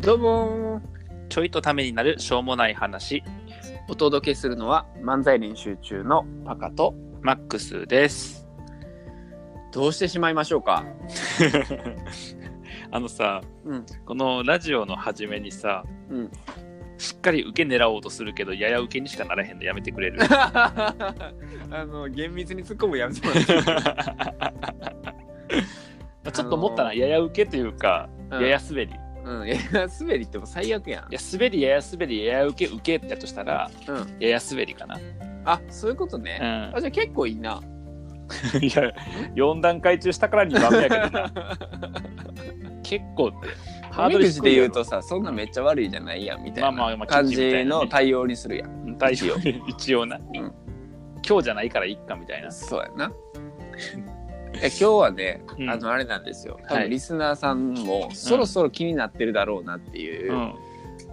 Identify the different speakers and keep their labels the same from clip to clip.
Speaker 1: どうもちょいとためになるしょうもない話
Speaker 2: お届けするのは漫才練習中のパカと
Speaker 1: マックスです。
Speaker 2: どうしてしまいましょうか
Speaker 1: あのさ、
Speaker 2: うん
Speaker 1: このラジオの初めにさ、
Speaker 2: うん
Speaker 1: しっかり受け狙おうとするけどやや受けにしかならへんでやめてく れる
Speaker 2: あの厳密に突っ込むやめてもらっていい
Speaker 1: ちょっと思ったな、
Speaker 2: あのー
Speaker 1: やや受けというか、
Speaker 2: うん
Speaker 1: やや滑りい
Speaker 2: うんいや滑りってもう最悪やん
Speaker 1: や滑りやや滑りやや受け受けってやっとしたら、
Speaker 2: うん
Speaker 1: やや滑りかな、
Speaker 2: あそういうことね、あじゃあ結構いいな
Speaker 1: いや4段階中下から2番目やけどな結構ハ
Speaker 2: ハ
Speaker 1: ー
Speaker 2: ー
Speaker 1: ド
Speaker 2: ド
Speaker 1: ル
Speaker 2: ル
Speaker 1: 低いよ
Speaker 2: で言うとさそんなめっちゃ悪いじゃないやんみたい
Speaker 1: まあまあ
Speaker 2: な
Speaker 1: まあ
Speaker 2: 感
Speaker 1: 近畿みた
Speaker 2: じ
Speaker 1: いなね
Speaker 2: の対応にするやん
Speaker 1: 大丈夫一応な、
Speaker 2: ん
Speaker 1: 今日じゃないからいっかみたいな、
Speaker 2: そうやないや今日はね、
Speaker 1: うん
Speaker 2: あのあれなんですよ多
Speaker 1: はい
Speaker 2: 分リスナーさんもそろそろ気になってるだろうなっていう、
Speaker 1: うん、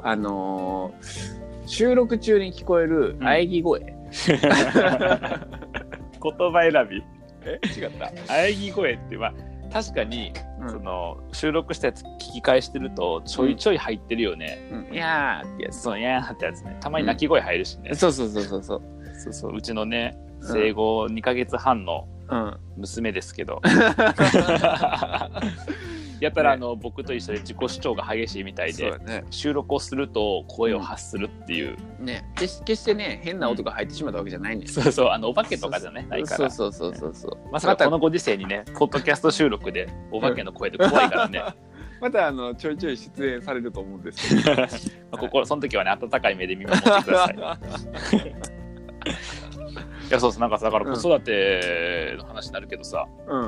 Speaker 2: あのー収録中に聞こえる
Speaker 1: ん
Speaker 2: 喘ぎ声、
Speaker 1: 言葉選び
Speaker 2: え違った、
Speaker 1: 喘ぎ声ってまあ確かに、
Speaker 2: う
Speaker 1: そ
Speaker 2: ん
Speaker 1: の収録したやつ聞き返してるとちょいちょい入ってるよね、
Speaker 2: うんいやーってやつ
Speaker 1: そのやーってやつねたまに泣き声入るしね、
Speaker 2: そうそうそうそうそう
Speaker 1: そうそううちのね
Speaker 2: うん
Speaker 1: 生後2ヶ月半の
Speaker 2: うん
Speaker 1: 娘です けどやったらあの、僕と一緒で自己主張が激しいみたい
Speaker 2: そう
Speaker 1: で
Speaker 2: やね
Speaker 1: 収録をすると声を発するっていう、
Speaker 2: ね決し決してね変な音が入ってしまったわけじゃないんです
Speaker 1: そうそうあのお化けとかじゃねないから
Speaker 2: そうそうそうそうそう
Speaker 1: まさかこのご時世にね、ポッドキャスト収録でお化けの声で怖いからね、
Speaker 2: またあのちょいちょい出演されると思うんですけど
Speaker 1: まあ心その時はね、温かい目で見守ってく ださい。いや、そうそう、なんかさ、だから
Speaker 2: うん
Speaker 1: 子育ての話になるけどさ、
Speaker 2: うん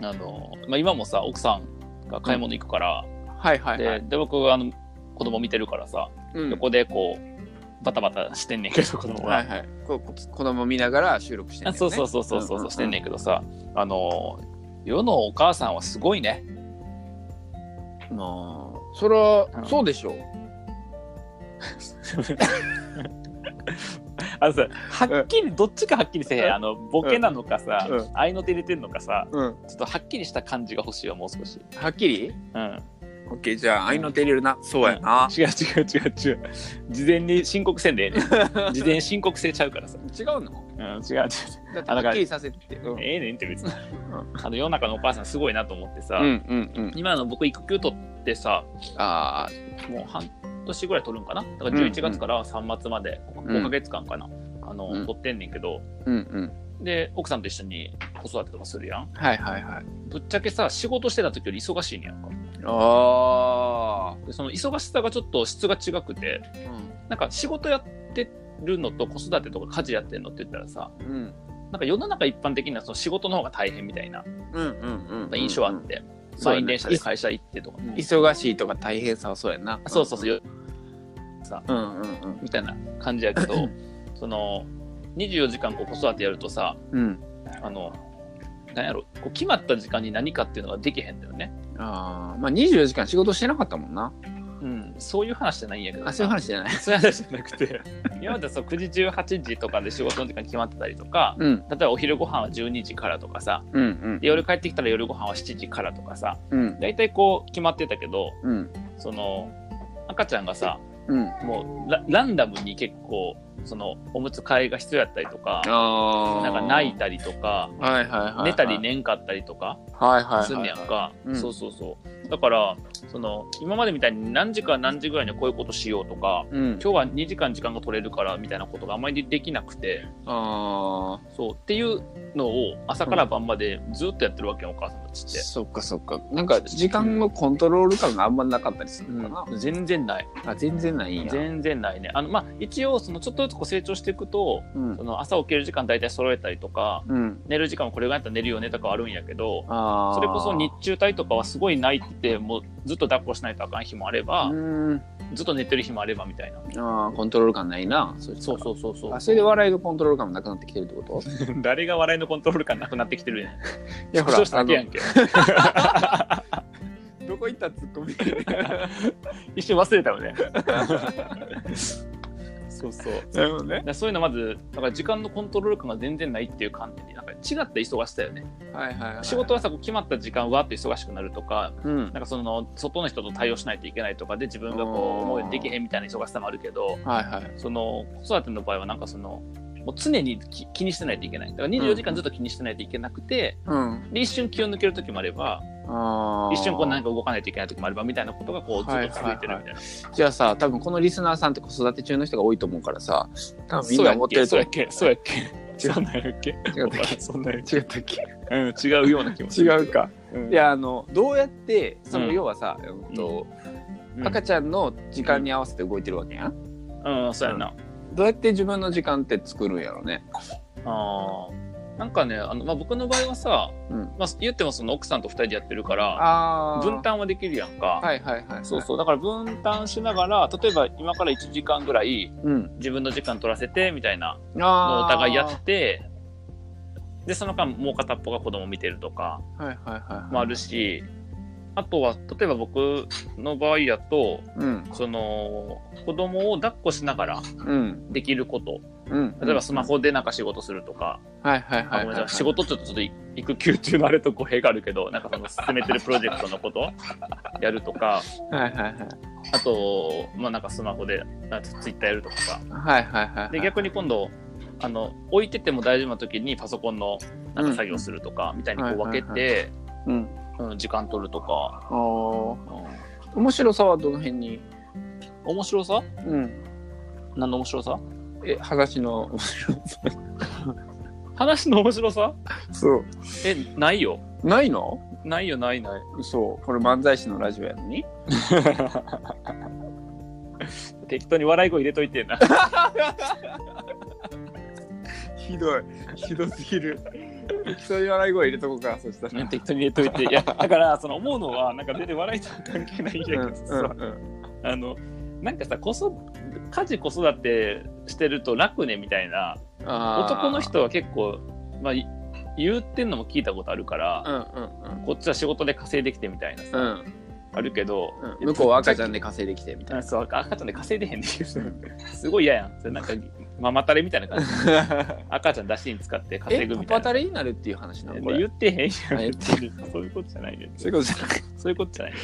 Speaker 1: あのまあ、今もさ、奥さんが買い物行くから、
Speaker 2: はいはいはい
Speaker 1: でで僕はあの子供見てるからさ、
Speaker 2: うん
Speaker 1: 横でこう、バタバタしてんねんけど、子供は。
Speaker 2: はいはいここ子供見ながら収録してんね
Speaker 1: あ
Speaker 2: んね
Speaker 1: そうそうそうそうそう、
Speaker 2: んんん
Speaker 1: してんねんけどさ、あの世のお母さんはすごいね。
Speaker 2: まあそれは
Speaker 1: うん
Speaker 2: そうでしょう
Speaker 1: あのさはっきり、どっちかはっきりせえへ
Speaker 2: うん
Speaker 1: んあのボケなのかさ、
Speaker 2: う
Speaker 1: 合いの手入れてんのかさ
Speaker 2: うん
Speaker 1: ちょっとはっきりした感じが欲しいよもう少し、
Speaker 2: はっきり
Speaker 1: うん、
Speaker 2: オッケーじゃあ愛の手入れるなそうやな
Speaker 1: 違う違う違う違う事前に申告せんでええ ねん事前に申告せちゃうからさ、
Speaker 2: 違うの
Speaker 1: うん、違う違う
Speaker 2: だって
Speaker 1: あだから
Speaker 2: はっきりさせてってうん
Speaker 1: ええねんって別にあの世の中のお母さんすごいなと思ってさ、
Speaker 2: うんうんうん
Speaker 1: 今の僕育休取ってさ
Speaker 2: ああ
Speaker 1: もう半年ぐらい取るんかなだから
Speaker 2: うんうん
Speaker 1: 11月から3月まで
Speaker 2: うん
Speaker 1: 5ヶ月間かな、あの
Speaker 2: うん
Speaker 1: 取ってんねんけど
Speaker 2: うんうん
Speaker 1: で奥さんと一緒に子育てとかするやん
Speaker 2: はいはいはい
Speaker 1: ぶっちゃけさ仕事してた時より忙しいねやんか
Speaker 2: ああ
Speaker 1: でその忙しさがちょっと質が違くてなんか仕事やってるのと子育てとか家事やってるのって言ったらさ
Speaker 2: うんうん
Speaker 1: なんか世の中一般的にはその仕事の方が大変みたいな
Speaker 2: うんうんうん
Speaker 1: 印象あって、
Speaker 2: そうや
Speaker 1: 満
Speaker 2: な
Speaker 1: 員電車で会社行ってとか、
Speaker 2: 忙しいとか大変さはそうやな
Speaker 1: そうそうそううよ
Speaker 2: うんうんうん
Speaker 1: みたいな感じやけどその24時間こう子育てやるとさ
Speaker 2: うん
Speaker 1: あのなんやろこう決まった時間に何かっていうのができへんだよね、
Speaker 2: ああまあ24時間仕事してなかったもんな
Speaker 1: うん、そういう話じゃないんやけど
Speaker 2: あそういう話じゃない
Speaker 1: そういう話じゃなくて 今までそう9時18時とかで仕事の時間決まってたりとか
Speaker 2: うん
Speaker 1: 例えばお昼ご飯は12時からとかさ
Speaker 2: うんうん
Speaker 1: で夜帰ってきたら夜ご飯は7時からとかさ
Speaker 2: うん
Speaker 1: 大体こう決まってたけど
Speaker 2: うん
Speaker 1: その赤ちゃんがさ
Speaker 2: うん
Speaker 1: もうラランダムに結構そのおむつ替えが必要やったりとか
Speaker 2: ああ
Speaker 1: なんか泣いたりとか
Speaker 2: はいはいはいはい
Speaker 1: 寝たり寝んかったりとか
Speaker 2: はいはいはい
Speaker 1: すんねやんか
Speaker 2: うん
Speaker 1: そうそうそうだからその今までみたいに何時間何時ぐらいにこういうことしようとか
Speaker 2: うん
Speaker 1: 今日は2時間時間が取れるからみたいなことがあまりできなくて
Speaker 2: ああ
Speaker 1: そうっていうのを朝から晩までずっとやってるわけよお母さんたちって。
Speaker 2: そっかそっかなんか時間のコントロール感があんまなかったりするのかな
Speaker 1: うん全然ない
Speaker 2: あ全然ないんや
Speaker 1: 全然ないねあの、まあ、一応そのちょっとずつこう成長していくと
Speaker 2: うん
Speaker 1: その朝起きる時間大体揃えたりとか
Speaker 2: うん
Speaker 1: 寝る時間もこれぐらいだったら寝るよねとかはあるんやけど
Speaker 2: ああ
Speaker 1: それこそ日中帯とかはすごい泣いてもうずっと抱っこしないとあかん日もあれば、
Speaker 2: うん
Speaker 1: ずっと寝てる日もあればみたいな
Speaker 2: ああコントロール感ないなそ
Speaker 1: そう
Speaker 2: う
Speaker 1: そうそうそう
Speaker 2: あそれで笑いのコントロール感もなくなってきてるって こと
Speaker 1: 誰が笑いのコントロール感なくなってきてるね
Speaker 2: いやほら
Speaker 1: 縮小しただけやんけ
Speaker 2: どこ行ったツッコミ
Speaker 1: 一瞬忘れたよね そうそうだか
Speaker 2: なるほどね。
Speaker 1: らそういうのまずだから時間のコントロール感が全然ないっていう観点でなんか違った忙しさよね
Speaker 2: はいはい、はい。
Speaker 1: 仕事はさこう決まった時間わーっと忙しくなるとか
Speaker 2: うん。
Speaker 1: なんかその外の人と対応しないといけないとかで自分がこう思うようにできへんみたいな忙しさもあるけど
Speaker 2: はいはい。
Speaker 1: その子育ての場合はなんかそのもう常にき気にしてないといけないだから24時間ずっと気にしてないといけなくて、
Speaker 2: うん。
Speaker 1: で一瞬気を抜ける時もあれば
Speaker 2: ああ。
Speaker 1: 一瞬こう何か動かないといけない時もあればみたいなことがこうずっと続いてるみたいな、
Speaker 2: じゃあさ、多分このリスナーさんって子育て中の人が多いと思うからさ、多分みんな思ってると
Speaker 1: そう
Speaker 2: 思
Speaker 1: やっけそうやっけそうやっけそんなんやっけ
Speaker 2: う。違ったっけ
Speaker 1: そんなんやっ
Speaker 2: 違ったっけ
Speaker 1: けうん違うような気もする
Speaker 2: 違うか。
Speaker 1: う
Speaker 2: い
Speaker 1: ん
Speaker 2: や、あの、どうやって、その、
Speaker 1: うん
Speaker 2: 要はさ、うんと、
Speaker 1: うん
Speaker 2: 赤ちゃんの時間に合わせて動いてるわけやん。
Speaker 1: うんそうやな、
Speaker 2: どうやって自分の時間って作るんやろね。
Speaker 1: あーなんかねあの、まあ、僕の場合はさ、
Speaker 2: うん
Speaker 1: まあ、言ってもその奥さんと二人でやってるから
Speaker 2: ああ。
Speaker 1: 分。担はできるやんか、
Speaker 2: はいはいはい。。
Speaker 1: そうそうだから分担しながら例えば今から1時間ぐらいう
Speaker 2: うん。
Speaker 1: 自分の時間取らせてみたいな
Speaker 2: あ
Speaker 1: の
Speaker 2: あ。
Speaker 1: をお互いやってでその間もう片っぽが子供見てるとか
Speaker 2: はいはいはい。
Speaker 1: もあるしあとは例えば僕の場合やと
Speaker 2: うん。
Speaker 1: その子供を抱っこしながら
Speaker 2: うん。
Speaker 1: できること
Speaker 2: うん。
Speaker 1: 例えばスマホでなんか仕事するとか、
Speaker 2: はいはい
Speaker 1: あ
Speaker 2: はい
Speaker 1: ごめん
Speaker 2: は
Speaker 1: ないさい仕事ちょっとちょっと育休っていうのあれと語弊があるけどなんかその進めてるプロジェクトのことやるとか
Speaker 2: はいはいはい
Speaker 1: あと、まあ、なんかスマホでなんかツイッターやるとかさ
Speaker 2: はいはいはい
Speaker 1: で逆に今度あの置いてても大丈夫な時にパソコンのなんか作業するとかみたいにこう分け
Speaker 2: はい
Speaker 1: て、
Speaker 2: うん
Speaker 1: うん、時間取るとか、
Speaker 2: あー
Speaker 1: う
Speaker 2: 面白さはどの辺に
Speaker 1: ん、面白さ
Speaker 2: うん
Speaker 1: 何の面白さ
Speaker 2: え話の面白さ
Speaker 1: 話の面白さ
Speaker 2: そう
Speaker 1: えないよ
Speaker 2: ないの
Speaker 1: ないよないない
Speaker 2: そうこれ漫才師のラジオやのに
Speaker 1: 適当に笑い声入れとい てな
Speaker 2: ひどいひどすぎるそういう笑い声入れとこうかそしたら
Speaker 1: 適当に入れといていやだからその思うのはなんか全然笑いとは関係ないんやけ
Speaker 2: うん
Speaker 1: どさ、
Speaker 2: うん
Speaker 1: あのなんかさ子育家事子育てしてると楽ねみたいな
Speaker 2: うん、あー
Speaker 1: 男の人は結構、まあ、い言ってんのも聞いたことあるから
Speaker 2: う、んうん
Speaker 1: こっちは仕事で稼いできてみたいなさ、
Speaker 2: うん
Speaker 1: あるけど、
Speaker 2: うん向こうは赤ちゃ
Speaker 1: ん
Speaker 2: んで稼いできてみたい
Speaker 1: あそう赤赤ちゃんで稼いでへんねんけどすごい嫌やんそれなんかママタレみたいな感じ
Speaker 2: な
Speaker 1: 赤ちゃん出しに使って稼
Speaker 2: え
Speaker 1: ぐみた
Speaker 2: パ
Speaker 1: いな
Speaker 2: タレになるっていう話なのこれ
Speaker 1: 言ってへん
Speaker 2: あ言
Speaker 1: やん
Speaker 2: っ
Speaker 1: そういうことじゃないよ
Speaker 2: そういうことじゃない
Speaker 1: そういうことじゃないよ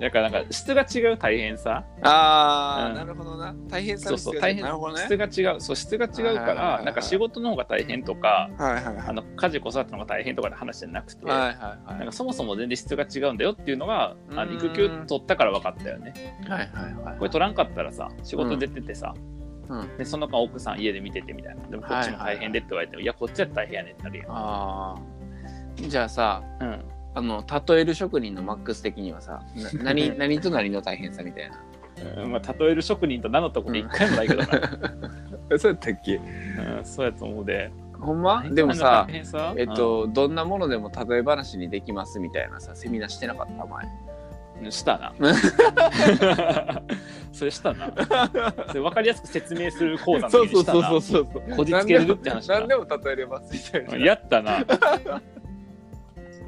Speaker 1: だからなんか質が違う大変さ
Speaker 2: あー、
Speaker 1: うん
Speaker 2: なるほどな大変さ
Speaker 1: そう
Speaker 2: の
Speaker 1: そう
Speaker 2: 必要
Speaker 1: 大変
Speaker 2: なるほどね
Speaker 1: 質が違うそう質が違う
Speaker 2: はい
Speaker 1: か
Speaker 2: はいはいは
Speaker 1: ら
Speaker 2: い
Speaker 1: なんか仕事の方が大変とか
Speaker 2: はいはいはい
Speaker 1: あの家事子育ての方が大変とかで話じゃなくて
Speaker 2: はいはい
Speaker 1: なん
Speaker 2: はい
Speaker 1: かそもそも全然質が違うんだよっていうのがあの
Speaker 2: うん
Speaker 1: 育休取ったから分かったよね
Speaker 2: はいはいはい
Speaker 1: これ取らんかったらさ仕事出ててさ、
Speaker 2: うん
Speaker 1: でその間奥さん家で見ててみたいなでもこっちも大変でって言われても、いやこっちは大変やねってなるや
Speaker 2: ああじゃあさ
Speaker 1: ん、うん、
Speaker 2: あの例える職人のマックス的にはさな何何と何の大変さみたいな
Speaker 1: うんまあ、例える職人と名乗ったこと一回もないけどな、
Speaker 2: そうやったっけ
Speaker 1: うんそうやと思う で。
Speaker 2: ほんまでもさ
Speaker 1: 大変さ
Speaker 2: えっ、と、どんなものでも例え話にできますみたいなさセミナーしてなかった前
Speaker 1: うんした な。それしたな。それ分かりやすく説明する講座の時にしたな。
Speaker 2: そうそう
Speaker 1: こじつけれるって話だ
Speaker 2: 何でも何でも例えれますみたいな
Speaker 1: やったな。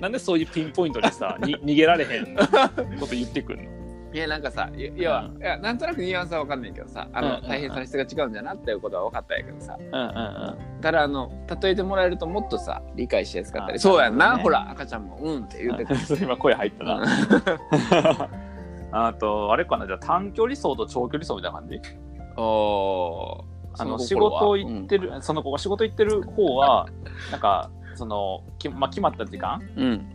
Speaker 1: なんでそういうピンポイントで さ、に逃げられへんこと言ってくんの
Speaker 2: いやなんかさいやいや
Speaker 1: う
Speaker 2: いやなんとなくニュアンスは分かんないけどさあ
Speaker 1: うんう
Speaker 2: の
Speaker 1: んうん
Speaker 2: 大変さの質が違うんだなっていうことは分かったんやけどさ
Speaker 1: うんうん
Speaker 2: ただあの例えてもらえるともっとさ理解しやすかったり
Speaker 1: あ
Speaker 2: そうやんな、
Speaker 1: なる
Speaker 2: ほ
Speaker 1: ほど
Speaker 2: ら赤ちゃんも「うん」って言うてた、
Speaker 1: うん。 今声入ったな。 あと、あれかな、じゃあ短距離走と長距離走みたいな感じ
Speaker 2: お
Speaker 1: あの仕事行ってる、その子が仕事行ってる方は、なんか、その、きまあ、決まった時間
Speaker 2: うん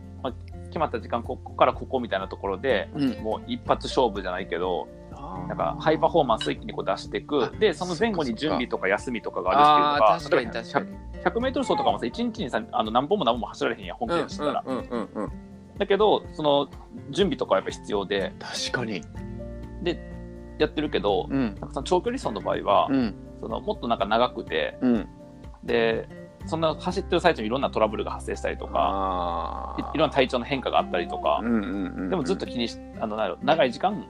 Speaker 1: 決まった時間、ここからここみたいなところで、
Speaker 2: うん
Speaker 1: もう一発勝負じゃないけど、
Speaker 2: な
Speaker 1: なんかハイパフォーマンス一気にこう出してい
Speaker 2: あ
Speaker 1: く、で、その前後に準備とか休みとかが
Speaker 2: あ
Speaker 1: あ
Speaker 2: あ
Speaker 1: るっ
Speaker 2: ー
Speaker 1: て
Speaker 2: 確
Speaker 1: いうの
Speaker 2: か
Speaker 1: が、
Speaker 2: に確かに
Speaker 1: 100メートル走とかもさ、1日にさ、あの何本も何本も走られへんやん、本気でしたら。
Speaker 2: うんうんうんうん
Speaker 1: だけど、その準備とかはやっぱ必要で、
Speaker 2: 確かに
Speaker 1: やってるけど、
Speaker 2: うん
Speaker 1: なんかその長距離走の場合は、
Speaker 2: うん
Speaker 1: そのもっとなんか長くて、
Speaker 2: うん
Speaker 1: で、そんな走ってる最中にいろんなトラブルが発生したりと
Speaker 2: あ
Speaker 1: か、い
Speaker 2: ー
Speaker 1: いろんな体調の変化があったりとか
Speaker 2: う、んうんうん
Speaker 1: でもずっと気にし、あの、なんやろ長い時間、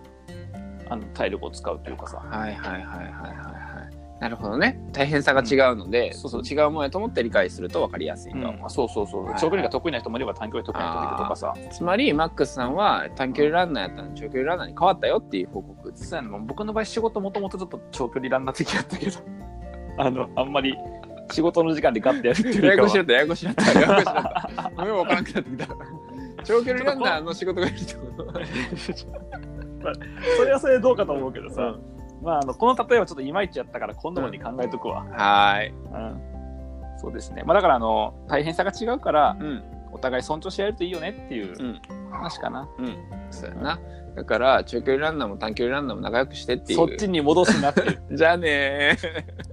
Speaker 1: あの体力を使うというかさ、
Speaker 2: はいはいはいはいはいはいなるほどね大変さが違うので、
Speaker 1: ん
Speaker 2: そ
Speaker 1: そうう
Speaker 2: そ
Speaker 1: そうう
Speaker 2: 違うもんやと思って理解すると分かりやすいと、
Speaker 1: うん、そうそうそう、
Speaker 2: はいはい
Speaker 1: 長距離が得意な人もいれば短距離得意な人もいるとかさ
Speaker 2: つまりマックスさんは短距離ランナーやったのに長距離ランナーに変わったよっていう報告です
Speaker 1: そうやねもう僕の場合仕事もともとちょっと長距離ランナー的やったけど あのあんまり仕事の時間でガッてやる っていう
Speaker 3: や
Speaker 1: より
Speaker 3: や
Speaker 1: か
Speaker 3: こしだ
Speaker 1: は
Speaker 3: ったややこしだったややこしだったごめん分からなくなってきた長距離ランナーの仕事がいるってこと
Speaker 1: それはそれでどうかと思うけどさ、まあ、あのこの例えはちょっといまいちやったから今度まで考えとくわ、
Speaker 2: はーい
Speaker 1: うんそうですね、まあ、だからあの大変さが違うから
Speaker 2: うん
Speaker 1: お互い尊重し合えるといいよねっていう
Speaker 2: うん
Speaker 1: 話かな、
Speaker 2: そうやなだから長距離ランナーも短距離ランナーも仲良くしてっていう
Speaker 1: そっちに戻すなっていう
Speaker 2: じゃあねー